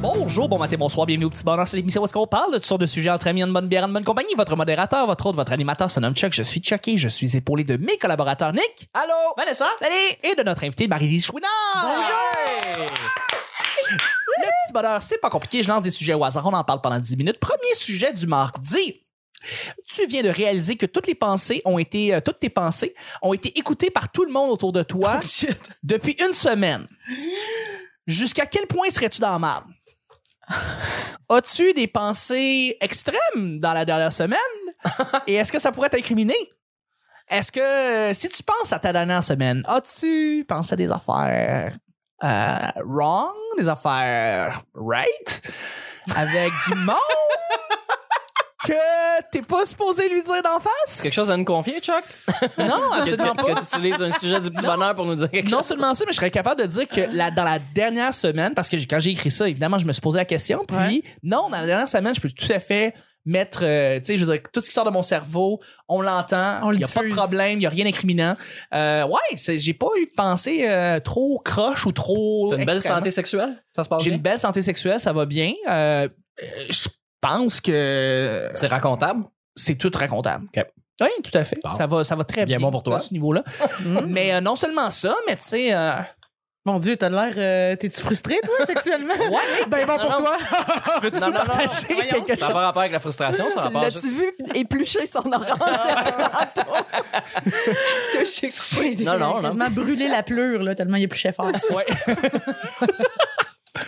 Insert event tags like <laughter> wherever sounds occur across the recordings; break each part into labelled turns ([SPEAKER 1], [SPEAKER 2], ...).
[SPEAKER 1] Bonjour, bon matin, bonsoir, bienvenue au petit bonheur. C'est l'émission où est-ce qu'on parle de toutes sortes de sujets entre amis, en bonne bière, en bonne compagnie. Votre modérateur, votre hôte, votre animateur se nomme Chuck. Je suis Chucky. Je suis épaulé de mes collaborateurs Nick,
[SPEAKER 2] Allô?
[SPEAKER 1] Vanessa
[SPEAKER 2] Salut!
[SPEAKER 1] et de notre invité Marie-Lise Chouinard.
[SPEAKER 2] Bonjour!
[SPEAKER 1] Le petit bonheur, c'est pas compliqué. Je lance des sujets au hasard. On en parle pendant 10 minutes. Premier sujet du mardi. Tu viens de réaliser que toutes les pensées ont été, euh, toutes tes pensées ont été écoutées par tout le monde autour de
[SPEAKER 2] Oh,
[SPEAKER 1] toi depuis une semaine. Jusqu'à quel point serais-tu dans la marde? As-tu des pensées extrêmes dans la dernière semaine? Et est-ce que ça pourrait t'incriminer? Est-ce que euh, si tu penses à ta dernière semaine, as-tu pensé à des affaires euh, wrong, des affaires right, avec du monde que t'es pas supposé lui dire d'en face?
[SPEAKER 2] Quelque chose à nous confier, Chuck?
[SPEAKER 1] Non,
[SPEAKER 2] Que,
[SPEAKER 1] absolument
[SPEAKER 2] tu-
[SPEAKER 1] pas.
[SPEAKER 2] que tu utilises un sujet du petit bonheur pour nous dire quelque
[SPEAKER 1] Non
[SPEAKER 2] chose?
[SPEAKER 1] seulement ça, mais je serais capable de dire que la- dans la dernière semaine, parce que j'ai- quand j'ai écrit ça, évidemment, je me suis posé la question. Puis,
[SPEAKER 2] Ouais.
[SPEAKER 1] non, dans la dernière semaine, je peux tout à fait mettre, euh, tu sais, je veux dire, tout ce qui sort de mon cerveau, on l'entend,
[SPEAKER 3] On le
[SPEAKER 1] il n'y a pas de
[SPEAKER 3] diffuse.
[SPEAKER 1] problème, il n'y a rien d'incriminant. Euh, ouais, c'est- j'ai pas eu de pensée euh, trop croche ou trop.
[SPEAKER 2] T'as une belle
[SPEAKER 1] extrême.
[SPEAKER 2] santé sexuelle? Ça se passe
[SPEAKER 1] J'ai
[SPEAKER 2] bien?
[SPEAKER 1] une belle santé sexuelle, ça va bien. Euh, euh, je pense que
[SPEAKER 2] C'est racontable?
[SPEAKER 1] c'est tout racontable.
[SPEAKER 2] Ok.
[SPEAKER 1] Oui, tout à fait.
[SPEAKER 2] Bon.
[SPEAKER 1] Ça, va, ça va très bien,
[SPEAKER 2] Bien bon pour toi.
[SPEAKER 1] à ce
[SPEAKER 2] <laughs>
[SPEAKER 1] niveau-là.
[SPEAKER 3] Mm.
[SPEAKER 1] mais euh, non seulement ça, mais tu sais, euh,
[SPEAKER 3] Mon Dieu, t'as l'air. euh, T'es-tu frustré,
[SPEAKER 2] <laughs>
[SPEAKER 3] toi, sexuellement?
[SPEAKER 1] ouais, <laughs> ben bon
[SPEAKER 2] Non, non.
[SPEAKER 1] toi.
[SPEAKER 2] Peux-tu
[SPEAKER 1] nous partager quelque
[SPEAKER 2] Ça n'a pas rapport avec la frustration, ça a rapport juste...
[SPEAKER 4] L'as-tu vu éplucher son
[SPEAKER 3] <laughs>
[SPEAKER 4] orange tantôt? Parce que j'ai coupé des...
[SPEAKER 2] Non, non, non.
[SPEAKER 3] Quasiment brûlé la pleure, là, tellement il est plus chef
[SPEAKER 2] Ouais. <laughs>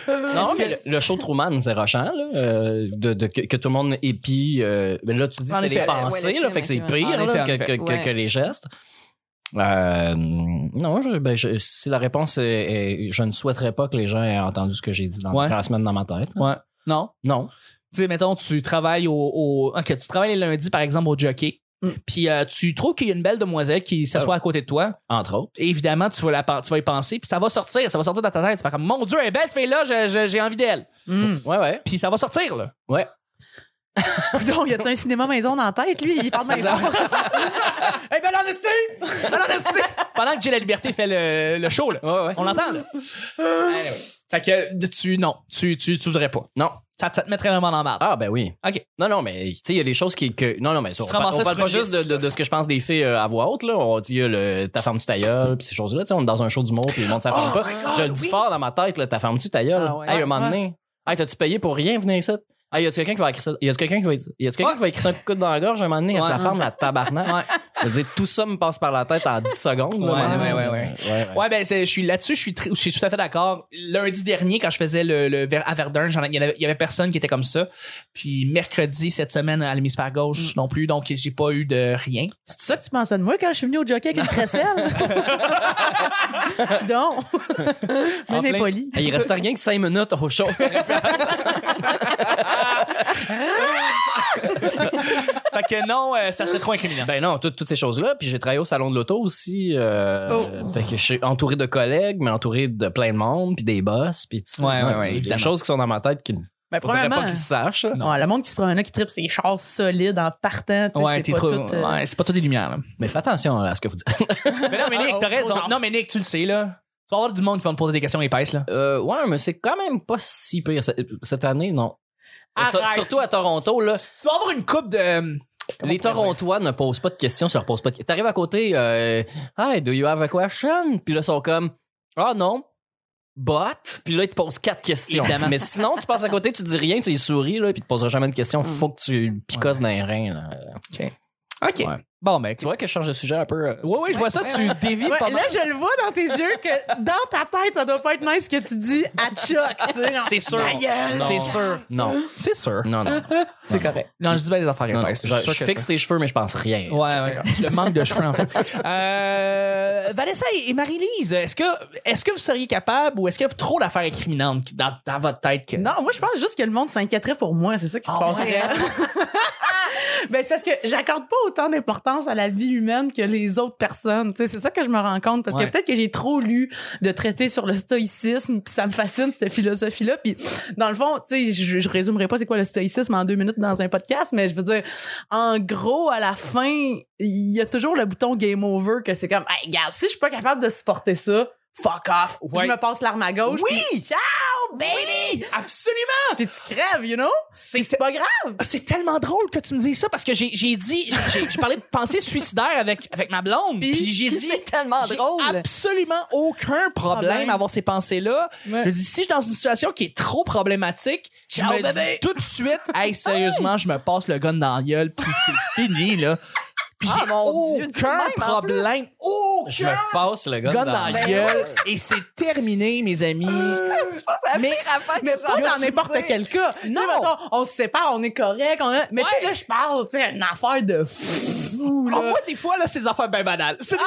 [SPEAKER 2] non, mais le, le show Truman, c'est rochant, là, euh, de, de- que, que tout le monde épie. euh, mais là, tu dis
[SPEAKER 1] En
[SPEAKER 2] c'est
[SPEAKER 1] effet.
[SPEAKER 2] les pensées,
[SPEAKER 4] Ouais, le
[SPEAKER 2] là,
[SPEAKER 4] film,
[SPEAKER 2] fait que c'est
[SPEAKER 4] ok, ouais.
[SPEAKER 2] pire
[SPEAKER 1] En
[SPEAKER 2] là,
[SPEAKER 1] effet, en
[SPEAKER 2] que, que-
[SPEAKER 1] effet.
[SPEAKER 2] que-
[SPEAKER 4] Ouais.
[SPEAKER 2] que les gestes. Euh, non, je- ben, je- si la réponse est, est- je ne souhaiterais pas que les gens aient entendu ce que j'ai dit dans
[SPEAKER 1] Ouais.
[SPEAKER 2] dans la semaine dans ma tête.
[SPEAKER 1] Ouais. Non.
[SPEAKER 2] Non.
[SPEAKER 1] Tu sais, mettons, tu travailles au, au- ok, tu travailles les lundis, par exemple, au jockey.
[SPEAKER 3] Mm.
[SPEAKER 1] Puis euh, tu trouves qu'il y a une belle demoiselle qui s'assoit à côté de toi.
[SPEAKER 2] Entre autres.
[SPEAKER 1] Évidemment, tu vas, la, pen- tu vas y penser, puis ça va sortir. Ça va sortir dans ta tête. Tu vas comme, mon Dieu, elle est belle, cette fille-là, je- je- j'ai envie d'elle.
[SPEAKER 3] Hmm.
[SPEAKER 2] Ouais, ouais.
[SPEAKER 1] Puis ça va sortir, <laughs> là.
[SPEAKER 2] Ouais.
[SPEAKER 3] Donc, y a-tu un cinéma maison dans la tête, lui? Il parle de
[SPEAKER 1] Eh ben, l'en est Ben, l'en est-tu? Pendant que J'ai la liberté fait le, le show, là.
[SPEAKER 2] Ouais, ouais.
[SPEAKER 1] On l'entend, là. Anyway. Fait que, tu, non, tu, tu, tu voudrais pas.
[SPEAKER 2] Non.
[SPEAKER 1] Ça, ça te mettrait vraiment dans mal.
[SPEAKER 2] Ah, ben oui.
[SPEAKER 1] OK.
[SPEAKER 2] Non, non, mais tu sais, il y a des choses qui. Que... Non, non, mais on,
[SPEAKER 1] te
[SPEAKER 2] parle- on
[SPEAKER 1] ramassais
[SPEAKER 2] parle
[SPEAKER 1] sur
[SPEAKER 2] pas
[SPEAKER 1] une
[SPEAKER 2] juste de,
[SPEAKER 1] liste,
[SPEAKER 2] de- de ce que je pense des filles euh, à voix haute, là. On dit, euh, le, ta femme tu ta gueule, puis ces choses-là. Tu sais, on est dans un show d'humour, puis le monde s'affirme
[SPEAKER 1] Oh
[SPEAKER 2] pas. je le dis fort dans ma tête, là, ta femme tu ta gueule.
[SPEAKER 4] Ah ouais.
[SPEAKER 2] Hey, un moment donné. Hey, t'as-tu payé pour rien venir ici? Hey, y a-tu quelqu'un qui va écrire ça? Y a-tu quelqu'un qui va, y a-tu quelqu'un
[SPEAKER 1] Ouais.
[SPEAKER 2] qui va écrire ça un coup de dans la gorge un moment donné?
[SPEAKER 1] Ouais.
[SPEAKER 2] Ça ferme la tabarnak. Je veux dire, tout ça me passe par la tête en 10 secondes. là,
[SPEAKER 1] Ouais,
[SPEAKER 2] maintenant.
[SPEAKER 1] ouais, ouais, ouais.
[SPEAKER 2] ouais.
[SPEAKER 1] Ouais, ben, c'est- je suis là-dessus, je suis, tr- je suis tout à fait d'accord. Lundi dernier, quand je faisais le, le ver- à Verdun, j'en ai- il y, en avait- il y avait personne qui était comme ça. Puis mercredi, cette semaine, à l'hémisphère gauche non plus, donc j'ai pas eu de rien.
[SPEAKER 3] C'est ça que tu pensais de moi quand je suis venue au jockey avec une
[SPEAKER 2] <laughs>
[SPEAKER 3] tresselle? Donc,
[SPEAKER 2] En
[SPEAKER 3] on est
[SPEAKER 2] plein-
[SPEAKER 3] poli.
[SPEAKER 2] Hey, Il restait rien que 5 minutes au show.
[SPEAKER 1] Fait que non, euh, ça serait trop incriminant.
[SPEAKER 2] Ben non, tout- toutes ces choses-là. Puis j'ai travaillé au salon de l'auto aussi. euh,
[SPEAKER 3] Oh.
[SPEAKER 2] Fait que je suis entouré de collègues, mais entouré de plein de monde, puis des boss, puis tout ça.
[SPEAKER 1] Ouais, ouais, ouais,
[SPEAKER 2] Il y a
[SPEAKER 1] évidemment.
[SPEAKER 2] Des choses qui sont dans ma tête qui ne
[SPEAKER 3] Ben,
[SPEAKER 2] faudrait
[SPEAKER 3] premièrement.
[SPEAKER 2] pas qu'ils sachent. là.
[SPEAKER 3] Ouais, le monde qui se promène là, qui tripe ses chars solides en partant. tu sais,
[SPEAKER 1] ouais,
[SPEAKER 3] c'est
[SPEAKER 1] t'es
[SPEAKER 3] pas
[SPEAKER 1] trop.
[SPEAKER 3] tout, euh,
[SPEAKER 1] ouais, c'est pas tout des lumières, là.
[SPEAKER 2] Mais fais attention là, à ce que vous dites.
[SPEAKER 1] <laughs> mais non, mais Nick,
[SPEAKER 3] Oh,
[SPEAKER 1] t'as
[SPEAKER 3] trop
[SPEAKER 1] raison.
[SPEAKER 3] tard.
[SPEAKER 1] Non, mais Nick, tu le sais, là. Tu vas avoir du monde qui va me poser des questions épaisses, là.
[SPEAKER 2] <laughs> Euh, ouais, mais c'est quand même pas si pire cette- cette année, non.
[SPEAKER 1] Arrête.
[SPEAKER 2] Sur- Surtout à Toronto, là,
[SPEAKER 1] Tu vas avoir une coupe de. euh,
[SPEAKER 2] les Torontois ne posent pas de questions, se leur posent pas de questions. T'arrives à côté, euh, Hi, do you have a question? Puis là, ils sont comme, Ah non, but. Puis là, ils te posent quatre questions.
[SPEAKER 1] Évidemment.
[SPEAKER 2] Mais sinon, tu passes à côté, tu dis rien, tu les souris, là, puis ils te poseras jamais de
[SPEAKER 1] Mm.
[SPEAKER 2] questions. Faut que tu picosses dans les reins. là.
[SPEAKER 1] Ok.
[SPEAKER 2] Ouais.
[SPEAKER 1] Bon, ben,
[SPEAKER 2] Tu
[SPEAKER 1] tu vois.
[SPEAKER 2] vois que je change de sujet un peu. euh,
[SPEAKER 1] Ouais, ouais, je vois ça, tu dévis
[SPEAKER 3] Ouais,
[SPEAKER 1] pas mal.
[SPEAKER 3] là, je le vois dans tes yeux que dans ta tête, ça doit pas être nice ce que tu dis à Chuck. tu sais, genre,
[SPEAKER 1] C'est sûr.
[SPEAKER 3] Ta gueule.
[SPEAKER 2] Non.
[SPEAKER 1] C'est sûr.
[SPEAKER 2] Non,
[SPEAKER 1] C'est sûr.
[SPEAKER 2] non, non. non,
[SPEAKER 3] C'est correct.
[SPEAKER 1] Non, je dis bien les affaires
[SPEAKER 2] non.
[SPEAKER 1] épaisses.
[SPEAKER 2] Je,
[SPEAKER 1] c'est sûr
[SPEAKER 2] je
[SPEAKER 1] que
[SPEAKER 2] fixe tes cheveux, mais je pense rien.
[SPEAKER 1] Ouais, ouais. le manque de cheveux, en fait. Euh, Vanessa et- et Marie-Lise, est-ce que, est que vous seriez capable ou est-ce qu'il y a trop d'affaires incriminantes qui- dans, dans votre tête? Que...
[SPEAKER 3] Non, moi, je pense juste que le monde s'inquiéterait pour moi. C'est ça qui se
[SPEAKER 1] Ah
[SPEAKER 3] passerait.
[SPEAKER 1] <laughs>
[SPEAKER 3] ben, c'est parce que j'accorde pas autant d'importance à la vie humaine que les autres personnes. Tu sais, c'est ça que je me rends compte. Parce
[SPEAKER 1] Ouais.
[SPEAKER 3] que peut-être que j'ai trop lu de traités sur le stoïcisme, puis ça me fascine, cette philosophie-là. Puis, dans le fond, tu sais, je, je résumerai pas c'est quoi le stoïcisme en deux minutes dans un podcast, mais je veux dire, en gros, à la fin, il y a toujours le bouton game over que c'est comme, hey, regarde, si je suis pas capable de supporter ça, fuck off.
[SPEAKER 1] Ouais.
[SPEAKER 3] Je me passe l'arme à gauche.
[SPEAKER 1] Oui!
[SPEAKER 3] puis Ciao, baby!
[SPEAKER 1] Absolument!
[SPEAKER 3] Puis tu crèves, you know?
[SPEAKER 1] C'est
[SPEAKER 3] C'est pas grave.
[SPEAKER 1] Ah, C'est tellement drôle que tu me dises ça parce que j'ai j'ai dit, j'ai j'ai parlé de pensée suicidaire avec, avec ma blonde. Puis,
[SPEAKER 3] Puis-
[SPEAKER 1] j'ai
[SPEAKER 4] Puis
[SPEAKER 1] dit.
[SPEAKER 4] c'est tellement
[SPEAKER 1] j'ai
[SPEAKER 4] Ah, drôle.
[SPEAKER 1] absolument aucun problème
[SPEAKER 3] Problème.
[SPEAKER 1] à avoir ces pensées-là.
[SPEAKER 3] Ouais.
[SPEAKER 1] Je dis, si je suis dans une situation qui est trop problématique, je
[SPEAKER 3] Ciao,
[SPEAKER 1] me dis
[SPEAKER 3] bébé.
[SPEAKER 1] tout de
[SPEAKER 4] <laughs>
[SPEAKER 1] suite, hey, sérieusement, je me passe le gun dans la gueule, puis
[SPEAKER 4] <laughs>
[SPEAKER 1] c'est fini, là. Puis
[SPEAKER 4] Ah,
[SPEAKER 1] j'ai
[SPEAKER 4] mon Dieu, dis-le
[SPEAKER 1] aucun
[SPEAKER 4] même, en plus. Ben
[SPEAKER 1] problème,
[SPEAKER 2] Je
[SPEAKER 1] aucun
[SPEAKER 2] me passe le gars
[SPEAKER 1] gun
[SPEAKER 2] dans
[SPEAKER 1] dans
[SPEAKER 2] la
[SPEAKER 1] la gueule, et c'est terminé, mes amis.
[SPEAKER 4] <laughs> Je pense à la
[SPEAKER 1] Mais-
[SPEAKER 4] pire affaire que
[SPEAKER 3] Mais
[SPEAKER 4] j'ai
[SPEAKER 3] pas dans
[SPEAKER 4] entendue.
[SPEAKER 3] n'importe quel cas. Tu sais,
[SPEAKER 1] Non.
[SPEAKER 3] mettons, on se sépare, on est correct. on a- Mais tu sais, là, je parle, tu sais, une affaire de fou,
[SPEAKER 1] Ah,
[SPEAKER 3] là.
[SPEAKER 1] moi, des fois, là, c'est des affaires bien banales. C'est des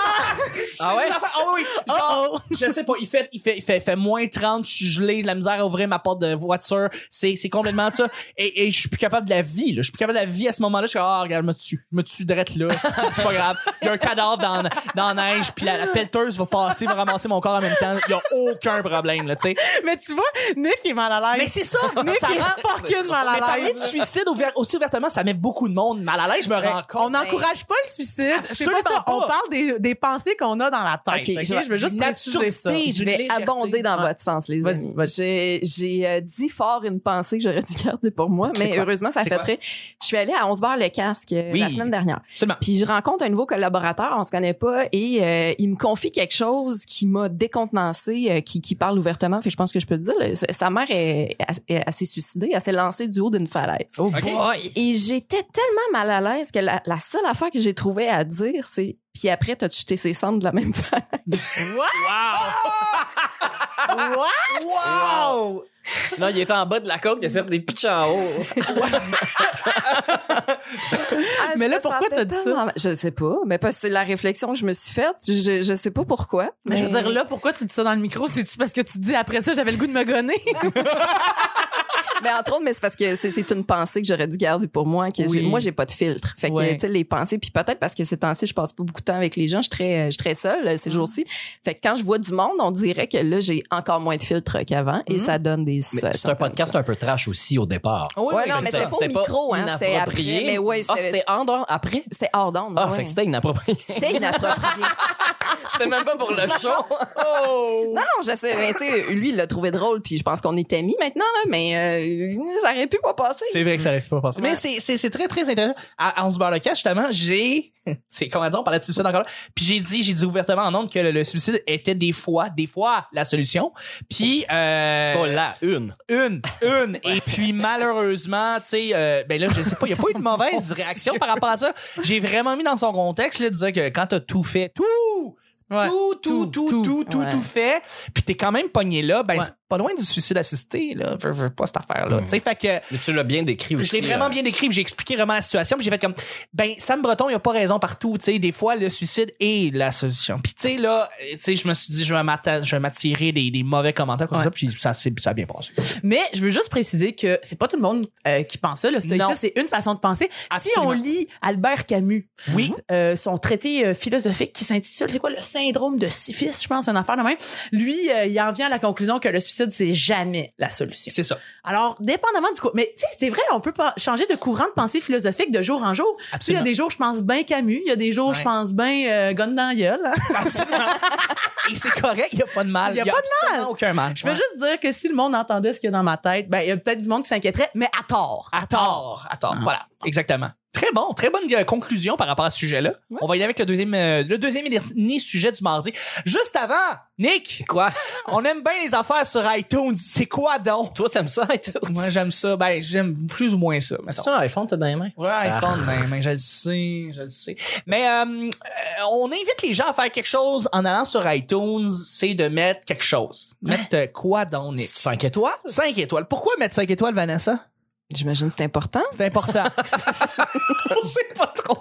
[SPEAKER 2] Ah ouais?
[SPEAKER 1] Ah oui, genre, je sais pas, il fait, il fait, il fait, il fait moins 30, je suis gelé, j'ai de la misère à ouvrir ma porte de voiture, c'est, c'est complètement ça. <laughs> Et, et je suis plus capable de la vie, là. Je suis plus capable de la vie à ce moment-là. Je suis comme, ah, regarde, je me tue, je me tue direct là. C'est, c'est pas grave. Il y a un cadavre dans, dans la neige, puis la, la pelleteuse va passer, va ramasser mon corps en même temps. Il y a aucun problème, là, tu sais.
[SPEAKER 3] <laughs> Mais tu vois, Nick est mal à
[SPEAKER 1] Mais
[SPEAKER 3] l'aise.
[SPEAKER 1] c'est ça,
[SPEAKER 3] Nick
[SPEAKER 1] ça
[SPEAKER 3] est
[SPEAKER 1] rend-
[SPEAKER 3] fucking mal
[SPEAKER 1] Mais
[SPEAKER 3] à
[SPEAKER 1] parler de
[SPEAKER 3] l'aise.
[SPEAKER 1] suicide ouvert- aussi ouvertement, ça met beaucoup de monde mal à l'aise, je me rends compte.
[SPEAKER 3] Ben, On n'encourage pas le suicide. C'est
[SPEAKER 1] Absolument
[SPEAKER 3] pas ça. On
[SPEAKER 1] pas.
[SPEAKER 3] parle des, des pensées qu'on a dans la tête.
[SPEAKER 1] Ok,
[SPEAKER 3] ok?
[SPEAKER 1] c'est
[SPEAKER 3] Je veux juste
[SPEAKER 1] une
[SPEAKER 3] préciser ça.
[SPEAKER 1] absurdité.
[SPEAKER 4] Je
[SPEAKER 1] d'une
[SPEAKER 4] vais
[SPEAKER 1] légèreté.
[SPEAKER 4] abonder dans
[SPEAKER 3] Ah.
[SPEAKER 4] votre sens, les
[SPEAKER 3] Vas-y,
[SPEAKER 4] amis.
[SPEAKER 3] vas-y.
[SPEAKER 4] J'ai- J'ai euh, dit fort une pensée que j'aurais dû garder pour moi,
[SPEAKER 1] C'est
[SPEAKER 4] mais
[SPEAKER 1] quoi?
[SPEAKER 4] heureusement, ça
[SPEAKER 1] C'est
[SPEAKER 4] fait
[SPEAKER 1] quoi?
[SPEAKER 4] très. Je suis allée à 11 bar le casque euh,
[SPEAKER 1] Oui.
[SPEAKER 4] la semaine dernière.
[SPEAKER 1] Absolument.
[SPEAKER 4] Puis je rencontre un nouveau collaborateur, on se connaît pas, et euh, il me confie quelque chose qui m'a décontenancé, qui, qui parle ouvertement. Fait, que je pense que je peux le dire. là. Sa- Sa mère est, est- elle s'est suicidée, elle s'est lancée du haut d'une falaise.
[SPEAKER 1] Oh,
[SPEAKER 2] Ok.
[SPEAKER 4] Et j'étais tellement mal à l'aise que la, la seule affaire que j'ai trouvé à dire, c'est puis après, t'as jeté ses cendres de la même falaise.
[SPEAKER 3] What?
[SPEAKER 1] Wow!
[SPEAKER 2] Non, il était en bas de la côte, il a sorti des pitchs en haut.
[SPEAKER 4] Ah,
[SPEAKER 3] Mais
[SPEAKER 4] je
[SPEAKER 3] là,
[SPEAKER 4] me
[SPEAKER 3] pourquoi
[SPEAKER 4] sentais
[SPEAKER 3] t'as dit ça?
[SPEAKER 4] tellement- Je sais pas, mais parce que c'est la réflexion que je me suis faite. Je, je sais pas pourquoi.
[SPEAKER 3] Mais je veux dire, là, pourquoi tu dis ça dans le micro? C'est-tu parce que tu te dis après ça, j'avais le goût de me <laughs> gonner?
[SPEAKER 4] Mais entre autres, mais c'est parce que c'est- c'est une pensée que j'aurais dû garder pour moi. Que j'ai-
[SPEAKER 3] Oui.
[SPEAKER 4] moi, j'ai pas de filtre. Fait que,
[SPEAKER 3] Ouais.
[SPEAKER 4] tu sais, les pensées, puis peut-être parce que ces temps-ci, je passe pas beaucoup de temps avec les gens. Je suis très, je suis très seule euh, ces jours-ci. Fait que quand je vois du monde, on dirait que là, j'ai encore moins de filtre qu'avant et
[SPEAKER 3] Mhm.
[SPEAKER 4] ça donne des
[SPEAKER 2] Mais
[SPEAKER 4] situations
[SPEAKER 2] C'est un
[SPEAKER 4] comme
[SPEAKER 2] podcast un peu trash aussi au départ.
[SPEAKER 1] Oh, oui,
[SPEAKER 4] Ouais,
[SPEAKER 1] oui,
[SPEAKER 4] non,
[SPEAKER 1] c'est
[SPEAKER 4] mais
[SPEAKER 1] ça.
[SPEAKER 4] c'était pas au micro, hein, c'était
[SPEAKER 2] inapproprié.
[SPEAKER 4] après, mais ouais,
[SPEAKER 2] ah,
[SPEAKER 4] c'est-
[SPEAKER 2] c'était en dehors, après?
[SPEAKER 4] ça. C'était hors d'onde.
[SPEAKER 2] Ah,
[SPEAKER 4] ouais.
[SPEAKER 2] fait que c'était inapproprié.
[SPEAKER 4] <laughs> C'était inapproprié.
[SPEAKER 2] c'était même pas pour le show.
[SPEAKER 4] Non, non, je sais. mais tu sais, lui, il l'a trouvé drôle, puis je pense qu'on est amis maintenant, là, mais euh, ça aurait pu pas passer.
[SPEAKER 1] C'est vrai que ça n'arrive pas à passer. Mais
[SPEAKER 4] Ouais.
[SPEAKER 1] c'est- c'est c'est très, très intéressant. À, à On se barre le cash, justement, j'ai... <laughs> C'est comment dire, on parlait de suicide encore là. Puis j'ai dit, j'ai dit ouvertement en ondes que le, le suicide était des fois, des fois, la solution. Puis... Euh,
[SPEAKER 2] Oh là, une.
[SPEAKER 1] Une, une. Et puis malheureusement, tu sais, euh, ben là, je sais pas, il n'y a pas eu de mauvaise réaction par rapport à ça. J'ai vraiment mis dans son contexte, là, de dire que quand t'as tout fait, tout,
[SPEAKER 3] Ouais.
[SPEAKER 1] tout, tout, tout,
[SPEAKER 3] Tout,
[SPEAKER 1] tout,
[SPEAKER 3] tout.
[SPEAKER 1] tout, tout,
[SPEAKER 4] Ouais.
[SPEAKER 1] fait, puis t'es quand même pogné là, ben
[SPEAKER 3] Ouais.
[SPEAKER 1] c'est pas loin du suicide assisté, là. Veux, veux pas cette affaire-là. Tu sais, fait que...
[SPEAKER 2] Mais tu l'as bien décrit
[SPEAKER 1] Je
[SPEAKER 2] aussi.
[SPEAKER 1] l'ai vraiment
[SPEAKER 2] euh,
[SPEAKER 1] bien décrit, puis j'ai expliqué vraiment la situation, puis j'ai fait comme ben Sam Breton, il a pas raison partout, tu sais, des fois le suicide est la solution. Puis tu sais là, euh, tu sais je me suis dit je vais m'atta- je vais m'attirer des, des mauvais commentaires comme
[SPEAKER 3] Ouais.
[SPEAKER 1] ça, puis ça s'est- ça a bien passé.
[SPEAKER 3] Mais je veux juste préciser que c'est pas tout le monde euh, qui pense ça. Le stoïcisme,
[SPEAKER 1] Non.
[SPEAKER 3] c'est une façon de penser.
[SPEAKER 1] Absolument.
[SPEAKER 3] Si on lit Albert Camus,
[SPEAKER 1] Oui.
[SPEAKER 3] euh, son traité euh, philosophique qui s'intitule, c'est quoi, le syndrome de syphilis, je pense, une affaire de même. Lui, euh, il en vient à la conclusion que le suicide, c'est jamais la solution.
[SPEAKER 1] C'est ça.
[SPEAKER 3] Alors, dépendamment du coup, mais tu sais, c'est vrai, on peut pas changer de courant de pensée philosophique de jour en jour. Tu sais, il y a des jours, je pense bien Camus, il y a des jours,
[SPEAKER 1] Ouais.
[SPEAKER 3] je pense bien euh, Gun dans la gueule, hein.
[SPEAKER 1] <laughs> Et c'est correct, il y a pas de mal,
[SPEAKER 3] Il y a pas de
[SPEAKER 1] absolument
[SPEAKER 3] mal.
[SPEAKER 1] aucun mal.
[SPEAKER 3] Je veux
[SPEAKER 1] Ouais.
[SPEAKER 3] juste dire que si le monde entendait ce qu'il y a dans ma tête, ben, il y a peut-être du monde qui s'inquiéterait, mais à tort.
[SPEAKER 1] à tort,
[SPEAKER 3] Ah.
[SPEAKER 1] à tort. Voilà, exactement. Très bon, très bonne euh, conclusion par rapport à ce sujet-là.
[SPEAKER 4] Ouais.
[SPEAKER 1] On va y aller avec le deuxième, euh, le deuxième et dernier sujet du mardi. Juste avant, Nick,
[SPEAKER 2] Quoi?
[SPEAKER 1] on aime bien les affaires sur iTunes. C'est quoi donc?
[SPEAKER 2] Toi, t'aimes ça et tout?
[SPEAKER 1] Moi, j'aime ça. Ben, j'aime plus ou moins ça. mettons.
[SPEAKER 2] C'est un iPhone, t'as dans les mains?
[SPEAKER 1] Ouais, iPhone, ben, ben, je le sais, je le sais. Mais euh, euh, on invite les gens à faire quelque chose en allant sur iTunes, c'est de mettre quelque chose. Mettre euh, quoi dans Nick?
[SPEAKER 2] 5 étoiles?
[SPEAKER 1] 5 étoiles. Pourquoi mettre 5 étoiles, Vanessa?
[SPEAKER 4] J'imagine que c'est important.
[SPEAKER 1] C'est important. <laughs> on sait pas trop.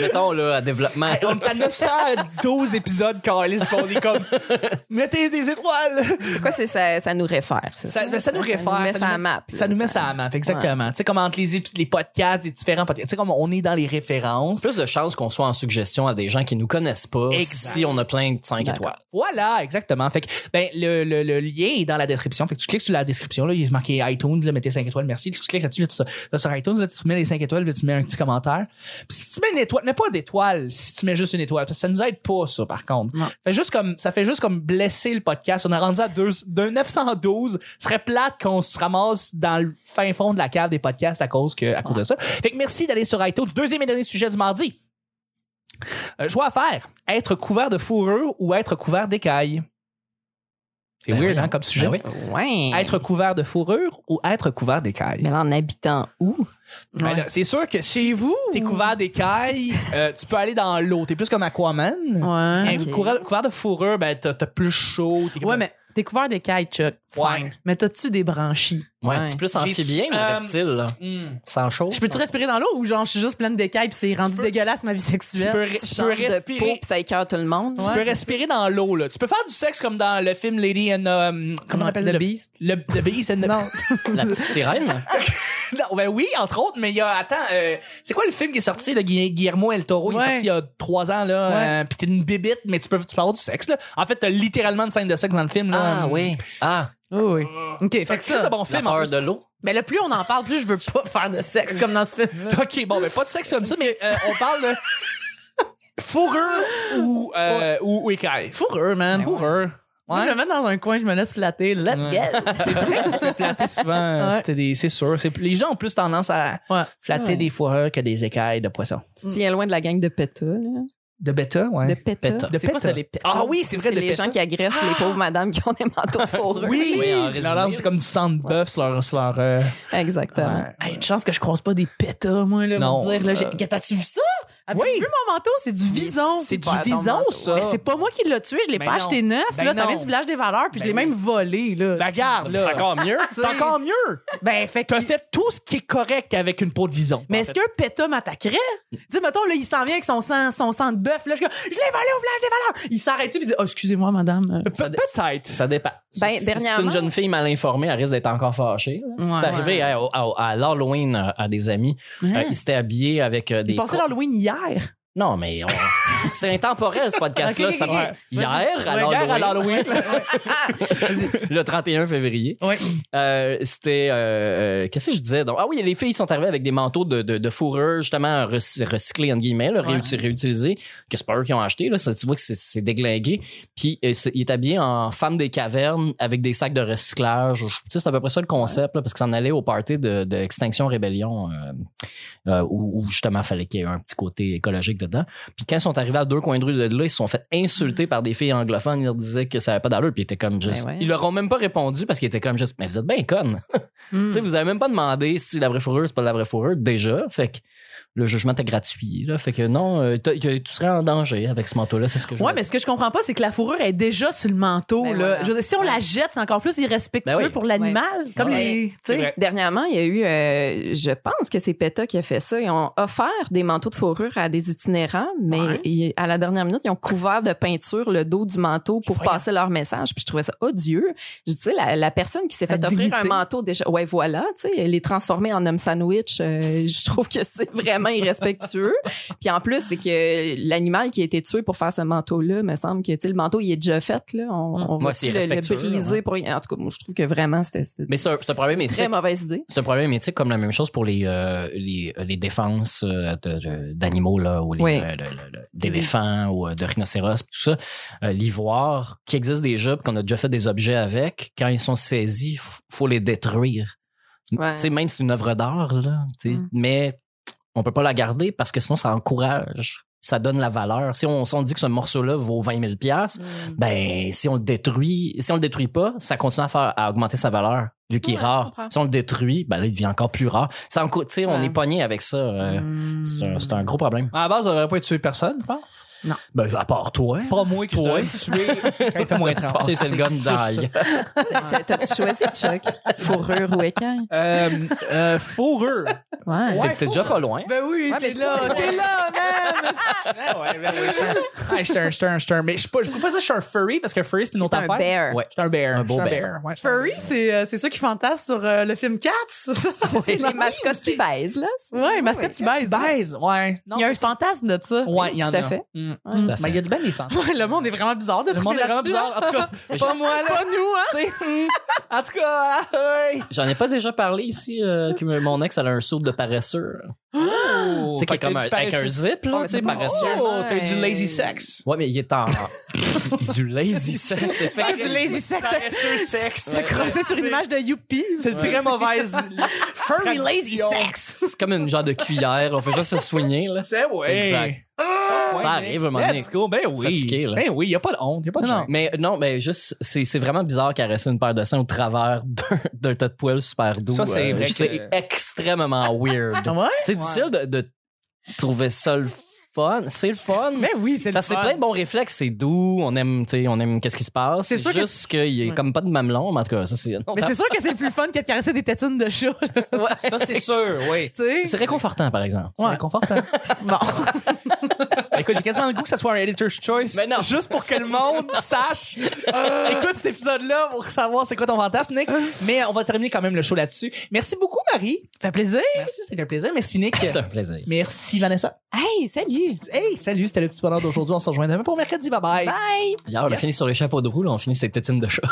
[SPEAKER 2] Mettons, là, à développement.
[SPEAKER 1] On est à 912 épisodes, Carlis, on est comme « Mettez des étoiles!
[SPEAKER 4] Pourquoi c'est ça, ça nous réfère? c'est »
[SPEAKER 1] ça, ça, ça nous réfère.
[SPEAKER 4] Ça nous met ça à la map.
[SPEAKER 1] Ça
[SPEAKER 4] là,
[SPEAKER 1] nous met ça à la map, exactement. Tu sais, comme entre les, ép- les podcasts, les différents podcasts. Tu sais, comme on est dans les références.
[SPEAKER 2] Plus de chances qu'on soit en suggestion à des gens qui nous connaissent pas
[SPEAKER 1] Exact.
[SPEAKER 2] si on a plein de 5
[SPEAKER 4] D'accord.
[SPEAKER 2] étoiles.
[SPEAKER 1] Voilà, exactement. Fait que ben, le, le, le lien est dans la description. Fait que tu cliques sur la description, là, il est marqué iTunes, là, mettez 5 étoiles, merci. Tu cliques là-dessus, là-dessus, là, tu vas sur iTunes, là, tu mets les 5 étoiles, là, tu mets un petit commentaire. Puis si tu mets une étoile, mets pas d'étoile si tu mets juste une étoile, parce que ça nous aide pas, ça, par contre.
[SPEAKER 3] Non.
[SPEAKER 1] Fait juste comme, ça fait juste comme blesser le podcast. On a rendu à deux, d'un 912. Ce serait plate qu'on se ramasse dans le fin fond de la cave des podcasts à cause que, à cause de ça. Fait que merci d'aller sur iTunes. Deuxième et dernier sujet du mardi. Euh, choix à faire. Être couvert de fourrure ou être couvert d'écailles. C'est
[SPEAKER 2] Ben
[SPEAKER 1] weird,
[SPEAKER 2] voyons.
[SPEAKER 1] hein, comme sujet.
[SPEAKER 2] Ben oui.
[SPEAKER 4] Ouais.
[SPEAKER 1] Être couvert de fourrure ou être couvert d'écailles.
[SPEAKER 2] Ben
[SPEAKER 4] Mais là, en habitant où?
[SPEAKER 1] Ben là, c'est sûr que si
[SPEAKER 3] vous?
[SPEAKER 1] t'es couvert d'écailles, euh, tu peux aller dans l'eau. T'es plus comme Aquaman.
[SPEAKER 3] Ouais.
[SPEAKER 1] Hein, couvert, couvert de fourrure, ben t'as t'as plus chaud. t'es comme-
[SPEAKER 3] Ouais, mais t'es couvert d'écailles, Chuck.
[SPEAKER 1] Ouais.
[SPEAKER 3] Fine. Mais t'as-tu des branchies?
[SPEAKER 2] Ouais,
[SPEAKER 4] Ouais.
[SPEAKER 2] tu es plus
[SPEAKER 1] J'ai-
[SPEAKER 2] amphibien ou
[SPEAKER 1] euh,
[SPEAKER 2] reptile, là.
[SPEAKER 1] Hmm.
[SPEAKER 2] Sans chaud.
[SPEAKER 3] Je peux-tu respirer dans l'eau ou genre je suis juste pleine d'écailles puis c'est rendu
[SPEAKER 1] peux-
[SPEAKER 3] dégueulasse ma vie
[SPEAKER 1] Tu
[SPEAKER 3] sexuelle?
[SPEAKER 1] peux, re-
[SPEAKER 4] Tu
[SPEAKER 1] tu peux
[SPEAKER 4] changes de peau
[SPEAKER 1] respirer.
[SPEAKER 4] puis ça écœure tout le monde.
[SPEAKER 1] Tu peux respirer dans l'eau, là. Tu peux faire du sexe comme dans le film Lady and. euh, comment on
[SPEAKER 3] Ouais,
[SPEAKER 1] appelle
[SPEAKER 3] The
[SPEAKER 1] le
[SPEAKER 3] Beast?
[SPEAKER 1] Le, the Beast <laughs> and the-
[SPEAKER 3] Non.
[SPEAKER 2] La petite sirène.
[SPEAKER 1] <laughs> Non, ben oui, entre autres, mais il y a. Attends, euh, c'est quoi le film qui est sorti, là, Gui- Guillermo El Toro? Il est
[SPEAKER 3] Ouais.
[SPEAKER 1] sorti il y a trois ans, là.
[SPEAKER 3] Ouais.
[SPEAKER 1] euh, Puis t'es une bibite, mais tu peux, tu peux avoir du sexe, là. En fait, t'as littéralement une scène de sexe dans le film, là.
[SPEAKER 2] Ah oui. Ah,
[SPEAKER 3] Oh, oui. OK,
[SPEAKER 1] Fait
[SPEAKER 3] fait
[SPEAKER 1] que
[SPEAKER 3] que
[SPEAKER 1] c'est un
[SPEAKER 3] ça.
[SPEAKER 1] bon
[SPEAKER 2] la
[SPEAKER 1] film, en
[SPEAKER 2] peur
[SPEAKER 1] plus.
[SPEAKER 2] de l'eau.
[SPEAKER 3] Mais le plus on en parle, plus je veux pas faire de sexe comme dans ce film.
[SPEAKER 1] OK, bon, mais pas de sexe comme ça, mais euh, on parle de. Fourrure ou, euh, ou, ou écaille.
[SPEAKER 3] Fourreux, man.
[SPEAKER 1] Fourrure.
[SPEAKER 3] Moi, je me mets dans un coin, je me laisse flatter. Let's
[SPEAKER 1] Ouais.
[SPEAKER 3] get <laughs>
[SPEAKER 1] C'est vrai que tu peux flatter souvent. euh,
[SPEAKER 3] Ouais. Ah
[SPEAKER 1] c'était des- C'est sûr. C'est- Les gens ont plus tendance à
[SPEAKER 3] Ouais.
[SPEAKER 1] flatter des fourrures que des écailles de poisson.
[SPEAKER 4] Tu tiens loin de la gang de PETA. là.
[SPEAKER 1] De bêta, ouais.
[SPEAKER 4] De PETA.
[SPEAKER 2] Péta.
[SPEAKER 1] De
[SPEAKER 3] C'est quoi
[SPEAKER 1] péta.
[SPEAKER 3] ça, les pétas?
[SPEAKER 1] Ah oui, c'est vrai,
[SPEAKER 4] C'est
[SPEAKER 1] de
[SPEAKER 4] les
[SPEAKER 1] péta.
[SPEAKER 4] gens qui agressent les pauvres madames qui ont des
[SPEAKER 1] <laughs>
[SPEAKER 4] manteaux de fourrure.
[SPEAKER 1] Ah! Oui,
[SPEAKER 2] Oui,
[SPEAKER 1] Leur
[SPEAKER 2] en
[SPEAKER 1] langue,
[SPEAKER 2] résumé.
[SPEAKER 1] c'est comme du sang de bœuf sur leur. sur leur, euh,
[SPEAKER 4] Exactement.
[SPEAKER 1] ouais.
[SPEAKER 3] Hey, une chance que je croise pas des pétas, moi, là.
[SPEAKER 1] Non.
[SPEAKER 3] pour Dire, là, j'ai-
[SPEAKER 1] Euh.
[SPEAKER 3] Gars, T'as-tu vu ça? As-tu
[SPEAKER 1] Oui.
[SPEAKER 3] vu mon manteau? C'est du vison.
[SPEAKER 1] C'est du
[SPEAKER 4] pas ton
[SPEAKER 1] vison,
[SPEAKER 4] manteau.
[SPEAKER 1] ça.
[SPEAKER 3] Mais c'est pas moi qui l'ai tué, je l'ai
[SPEAKER 1] Ben
[SPEAKER 3] pas
[SPEAKER 1] non.
[SPEAKER 3] acheté neuf.
[SPEAKER 1] Ben
[SPEAKER 3] là, ça
[SPEAKER 1] non.
[SPEAKER 3] vient du village des valeurs, puis je l'ai
[SPEAKER 1] Ben
[SPEAKER 3] même volé, là.
[SPEAKER 1] Ben, regarde,
[SPEAKER 2] C'est
[SPEAKER 1] là.
[SPEAKER 2] encore mieux.
[SPEAKER 1] C'est encore mieux.
[SPEAKER 3] Ben, fait que.
[SPEAKER 1] T'as fait tout ce qui est correct avec une peau de vison.
[SPEAKER 3] Mais
[SPEAKER 1] En
[SPEAKER 3] est-ce
[SPEAKER 1] fait.
[SPEAKER 3] qu'un péta m'attaquerait? Dis, mettons, là, il s'en vient avec son sang, son sang de bœuf. Là, je, suis comme, je l'ai volé au village des valeurs. Il s'arrête-tu et dit, oh, excusez-moi, madame. euh,
[SPEAKER 1] Pe- Peut-être.
[SPEAKER 2] Ça dépend.
[SPEAKER 4] Ben,
[SPEAKER 2] Si- si c'est
[SPEAKER 4] dernièrement-
[SPEAKER 2] une jeune fille mal informée, elle risque d'être encore fâchée. là.
[SPEAKER 3] Ouais.
[SPEAKER 2] c'est arrivé à, à- à l'Halloween euh, à des amis. Euh, ils s'étaient habillés avec euh, des.
[SPEAKER 3] Il passait
[SPEAKER 2] co-
[SPEAKER 3] l'Halloween hier.
[SPEAKER 2] Non, mais
[SPEAKER 3] <laughs>
[SPEAKER 2] on- c'est intemporel ce podcast-là.
[SPEAKER 3] Ok, ok,
[SPEAKER 2] ça
[SPEAKER 3] ok.
[SPEAKER 2] va- Hier,
[SPEAKER 3] Vas-y.
[SPEAKER 2] à
[SPEAKER 3] Ouais,
[SPEAKER 1] Hier à
[SPEAKER 2] l'Halloween,
[SPEAKER 1] l'Halloween.
[SPEAKER 2] <laughs> le 31 février,
[SPEAKER 3] Oui.
[SPEAKER 2] euh, c'était. euh, euh, Qu'est-ce que je disais? Donc, ah oui, les filles sont arrivées avec des manteaux de, de, de fourrure, justement rec- recyclés, entre guillemets, là,
[SPEAKER 3] Ouais.
[SPEAKER 2] réuti- réutilisés, que c'est pas eux qui ont acheté. Là, ça, tu vois que c'est- c'est déglingué. Puis euh, c'est- il est habillé en femme des cavernes avec des sacs de recyclage. Je- Tu sais, c'est à peu près ça le concept, là, parce que ça en allait au party de, de Extinction Rébellion, euh, euh, où, où justement fallait qu'il y ait un petit côté écologique dedans. Puis quand ils sont arrivés à deux coins de rue de là, ils se sont fait insulter par des filles anglophones. Ils leur disaient que ça n'avait pas d'allure. Puis ils étaient comme juste.
[SPEAKER 4] Mm. Ben ouais.
[SPEAKER 2] Ils leur ont même pas répondu parce qu'ils étaient comme juste. Mais vous êtes bien connes. Tu
[SPEAKER 3] Hmm.
[SPEAKER 2] sais, vous avez même pas demandé si c'est de la vraie fourrure, c'est pas de la vraie fourrure. Déjà. Fait que le jugement était gratuit. Là. Fait que non, euh, t'as- que tu serais en danger avec ce manteau-là. C'est ce que je
[SPEAKER 3] Ouais,
[SPEAKER 2] veux
[SPEAKER 3] mais ce que je comprends pas, c'est que la fourrure est déjà sur le manteau.
[SPEAKER 4] Ben
[SPEAKER 3] là.
[SPEAKER 4] voilà.
[SPEAKER 3] Je veux dire, si on la jette, c'est encore plus irrespectueux
[SPEAKER 2] Ben oui.
[SPEAKER 3] pour l'animal. Comme
[SPEAKER 4] Ouais.
[SPEAKER 3] les. Tu
[SPEAKER 1] C'est vrai.
[SPEAKER 3] sais.
[SPEAKER 4] Dernièrement, il y a eu, euh, je pense que c'est PETA qui a fait ça. Ils ont offert des manteaux de fourrure à des itinérants, mais
[SPEAKER 3] Ouais.
[SPEAKER 4] ils- à la dernière minute, ils ont couvert de peinture le dos du manteau pour
[SPEAKER 2] Voyons.
[SPEAKER 4] passer leur message. Puis je trouvais ça odieux. Je dis, la, la personne qui s'est
[SPEAKER 3] La
[SPEAKER 4] fait offrir un
[SPEAKER 3] dignité.
[SPEAKER 4] manteau déjà, ouais, voilà, tu sais, elle est transformée en homme sandwich. euh, je trouve que c'est vraiment irrespectueux. Puis en plus, c'est que l'animal qui a été tué pour faire ce manteau-là, me semble que, tu sais, le manteau, il est déjà fait, là. On, on
[SPEAKER 2] Mm. Ouais,
[SPEAKER 4] va
[SPEAKER 2] c'est
[SPEAKER 4] le, le
[SPEAKER 2] irrespectueux,
[SPEAKER 4] briser
[SPEAKER 2] ouais.
[SPEAKER 4] pour rien. En tout cas, moi, je trouve que vraiment, c'était c'était
[SPEAKER 2] dire. Mais c'est un, c'est un problème
[SPEAKER 4] une très
[SPEAKER 2] éthique.
[SPEAKER 4] mauvaise idée.
[SPEAKER 2] C'est un problème éthique comme la même chose pour les, euh, les, les défenses euh, de- de- d'animaux, là, ou les,
[SPEAKER 4] Oui.
[SPEAKER 2] euh, le- le- le- d'éléphants ou euh, de rhinocéros, pis tout ça. Euh, L'ivoire, qui existe déjà, pis qu'on a déjà fait des objets avec, quand ils sont saisis, f- faut les détruire.
[SPEAKER 4] Ouais.
[SPEAKER 2] Tu sais, Même si c'est une œuvre d'art, là, tu sais,
[SPEAKER 4] Mm.
[SPEAKER 2] mais on peut pas la garder parce que sinon ça encourage, ça donne la valeur. Si on, si on dit que ce morceau-là vaut 20 000 pièces, ben si on le détruit, si on le détruit pas, ça continue à faire à augmenter sa valeur vu qu'il est
[SPEAKER 3] Ouais, je
[SPEAKER 2] rare.
[SPEAKER 3] comprends.
[SPEAKER 2] Si on le détruit, ben là il devient encore plus rare. Ça encou- tu sais, on
[SPEAKER 4] Ouais.
[SPEAKER 2] est pogné avec ça. euh, C'est un, c'est un gros problème.
[SPEAKER 1] À la base, on n'aurait pas tué personne, je pense.
[SPEAKER 2] Ben, à part toi. <laughs>
[SPEAKER 1] Pas moi qui
[SPEAKER 2] Toi.
[SPEAKER 1] t'aurais tué <laughs> quand il fait moins 30.
[SPEAKER 2] C'est c'est le gun
[SPEAKER 1] juste ça.
[SPEAKER 2] d'ail.
[SPEAKER 4] T'as- T'as-tu choisi, Chuck? Fourrure ou écaille?
[SPEAKER 1] Euh, euh, fourrure.
[SPEAKER 3] Ouais.
[SPEAKER 2] T'es t'es déjà pas loin.
[SPEAKER 3] Ben
[SPEAKER 4] Ouais,
[SPEAKER 3] oui,
[SPEAKER 4] mais
[SPEAKER 3] t'es
[SPEAKER 4] c'est
[SPEAKER 3] là,
[SPEAKER 4] ça.
[SPEAKER 3] t'es là, man!
[SPEAKER 1] Ah ouais, ben oui, je suis un- ah, je suis un, je suis un, je suis un- mais je suis pas, je peux pas dire que je suis un furry parce que furry c'est une autre
[SPEAKER 4] un
[SPEAKER 1] affaire.
[SPEAKER 4] bear.
[SPEAKER 2] Ouais.
[SPEAKER 1] Je suis un bear.
[SPEAKER 2] Un
[SPEAKER 1] je suis
[SPEAKER 2] beau
[SPEAKER 1] un
[SPEAKER 2] bear.
[SPEAKER 1] bear. Ouais, je suis un
[SPEAKER 3] Furry, c'est euh, c'est ceux qui fantasment sur euh, le film Cats. <laughs>
[SPEAKER 4] C'est les mascottes qui baisent, là. C'est-
[SPEAKER 3] Ouais, mascotte qui baise.
[SPEAKER 1] Baise, ouais. Non,
[SPEAKER 3] Il y a un
[SPEAKER 1] c'est-
[SPEAKER 3] fantasme de ça.
[SPEAKER 1] Ouais, il y en
[SPEAKER 4] Tout
[SPEAKER 1] a.
[SPEAKER 4] à fait.
[SPEAKER 1] Mm.
[SPEAKER 2] Tout à
[SPEAKER 1] Ben,
[SPEAKER 2] fait.
[SPEAKER 1] il y a de belles fantasmes.
[SPEAKER 3] Ouais, le monde est vraiment bizarre de
[SPEAKER 1] Le monde
[SPEAKER 3] triper
[SPEAKER 1] est vraiment
[SPEAKER 3] là-dessus,
[SPEAKER 1] bizarre.
[SPEAKER 3] là.
[SPEAKER 1] En tout cas, pas moi, là.
[SPEAKER 3] Pas nous, hein?
[SPEAKER 1] Tu sais, hum. En tout cas, ah, hey.
[SPEAKER 2] J'en ai pas déjà parlé ici euh, que mon ex elle a un saut de paresseux. là. Tu sais, qui
[SPEAKER 1] Fait
[SPEAKER 2] est
[SPEAKER 1] que
[SPEAKER 2] comme
[SPEAKER 1] t'as
[SPEAKER 2] un-
[SPEAKER 1] du
[SPEAKER 2] avec un
[SPEAKER 1] paresseux.
[SPEAKER 2] zip, là, tu sais, paresseux.
[SPEAKER 1] Oh, t'as du lazy sex.
[SPEAKER 2] Ouais, mais il est en. <laughs> du lazy sex,
[SPEAKER 3] Faire du lazy sex.
[SPEAKER 1] Paresseux sex.
[SPEAKER 3] Se crosser sur une image de Youpi.
[SPEAKER 1] C'est une très mauvaise.
[SPEAKER 3] Furry lazy
[SPEAKER 1] Tradition.
[SPEAKER 3] sex.
[SPEAKER 2] C'est comme une genre de cuillère. On fait juste se soigner, là.
[SPEAKER 1] C'est ouais.
[SPEAKER 2] Exact.
[SPEAKER 1] Ouais,
[SPEAKER 2] Ça
[SPEAKER 1] mais-
[SPEAKER 2] arrive un moment donné.
[SPEAKER 1] Let's go. Ben oui.
[SPEAKER 2] Fatigué, là.
[SPEAKER 1] Ben oui, il a pas de honte. Il a pas de
[SPEAKER 2] Non, non,
[SPEAKER 1] gêne.
[SPEAKER 2] mais non, mais juste, c'est c'est vraiment bizarre caresser une paire de seins au travers <laughs> d'un- d'un tas de poils super doux. euh,
[SPEAKER 1] Ça, c'est vrai
[SPEAKER 2] C'est
[SPEAKER 1] que-
[SPEAKER 2] extrêmement weird.
[SPEAKER 3] Ah Ouais?
[SPEAKER 2] C'est difficile de, de trouver ça le fun. C'est le fun.
[SPEAKER 3] Mais oui, c'est le
[SPEAKER 2] Parce que c'est
[SPEAKER 3] fun.
[SPEAKER 2] plein de bons réflexes, c'est doux, on aime, tu sais, on aime qu'est-ce qui se passe.
[SPEAKER 3] C'est
[SPEAKER 2] C'est
[SPEAKER 3] sûr que-
[SPEAKER 2] juste qu'il y a
[SPEAKER 3] Ouais.
[SPEAKER 2] comme pas de mamelon, mais en tout cas, ça c'est. non,
[SPEAKER 3] Mais c'est sûr que c'est plus fun que de caresser des tétines de chat, là,
[SPEAKER 1] Ça, c'est sûr, oui.
[SPEAKER 3] tu
[SPEAKER 2] C'est
[SPEAKER 3] sais.
[SPEAKER 2] réconfortant, par exemple.
[SPEAKER 1] C'est inconfortable.
[SPEAKER 3] <laughs> Bon.
[SPEAKER 1] Ben, Écoute, j'ai quasiment le goût que ça soit un editor's choice.
[SPEAKER 2] Mais Ben non. Euh.
[SPEAKER 1] Juste pour que le
[SPEAKER 2] <laughs>
[SPEAKER 1] monde sache. Écoute cet épisode-là pour savoir c'est quoi ton fantasme, Nick. Mais euh, on va terminer quand même le show là-dessus. Merci beaucoup, Marie.
[SPEAKER 3] Fait plaisir.
[SPEAKER 1] Merci, c'était un plaisir. Merci, Nick.
[SPEAKER 2] C'est un plaisir.
[SPEAKER 1] Merci, Vanessa.
[SPEAKER 4] Hey, salut!
[SPEAKER 1] Hey, salut, c'était le petit bonheur d'aujourd'hui. On se rejoint demain pour mercredi. Bye bye.
[SPEAKER 4] Bye!
[SPEAKER 2] Hier, on a fini sur les chapeaux de roue, là, on finit sur les tétines de chat.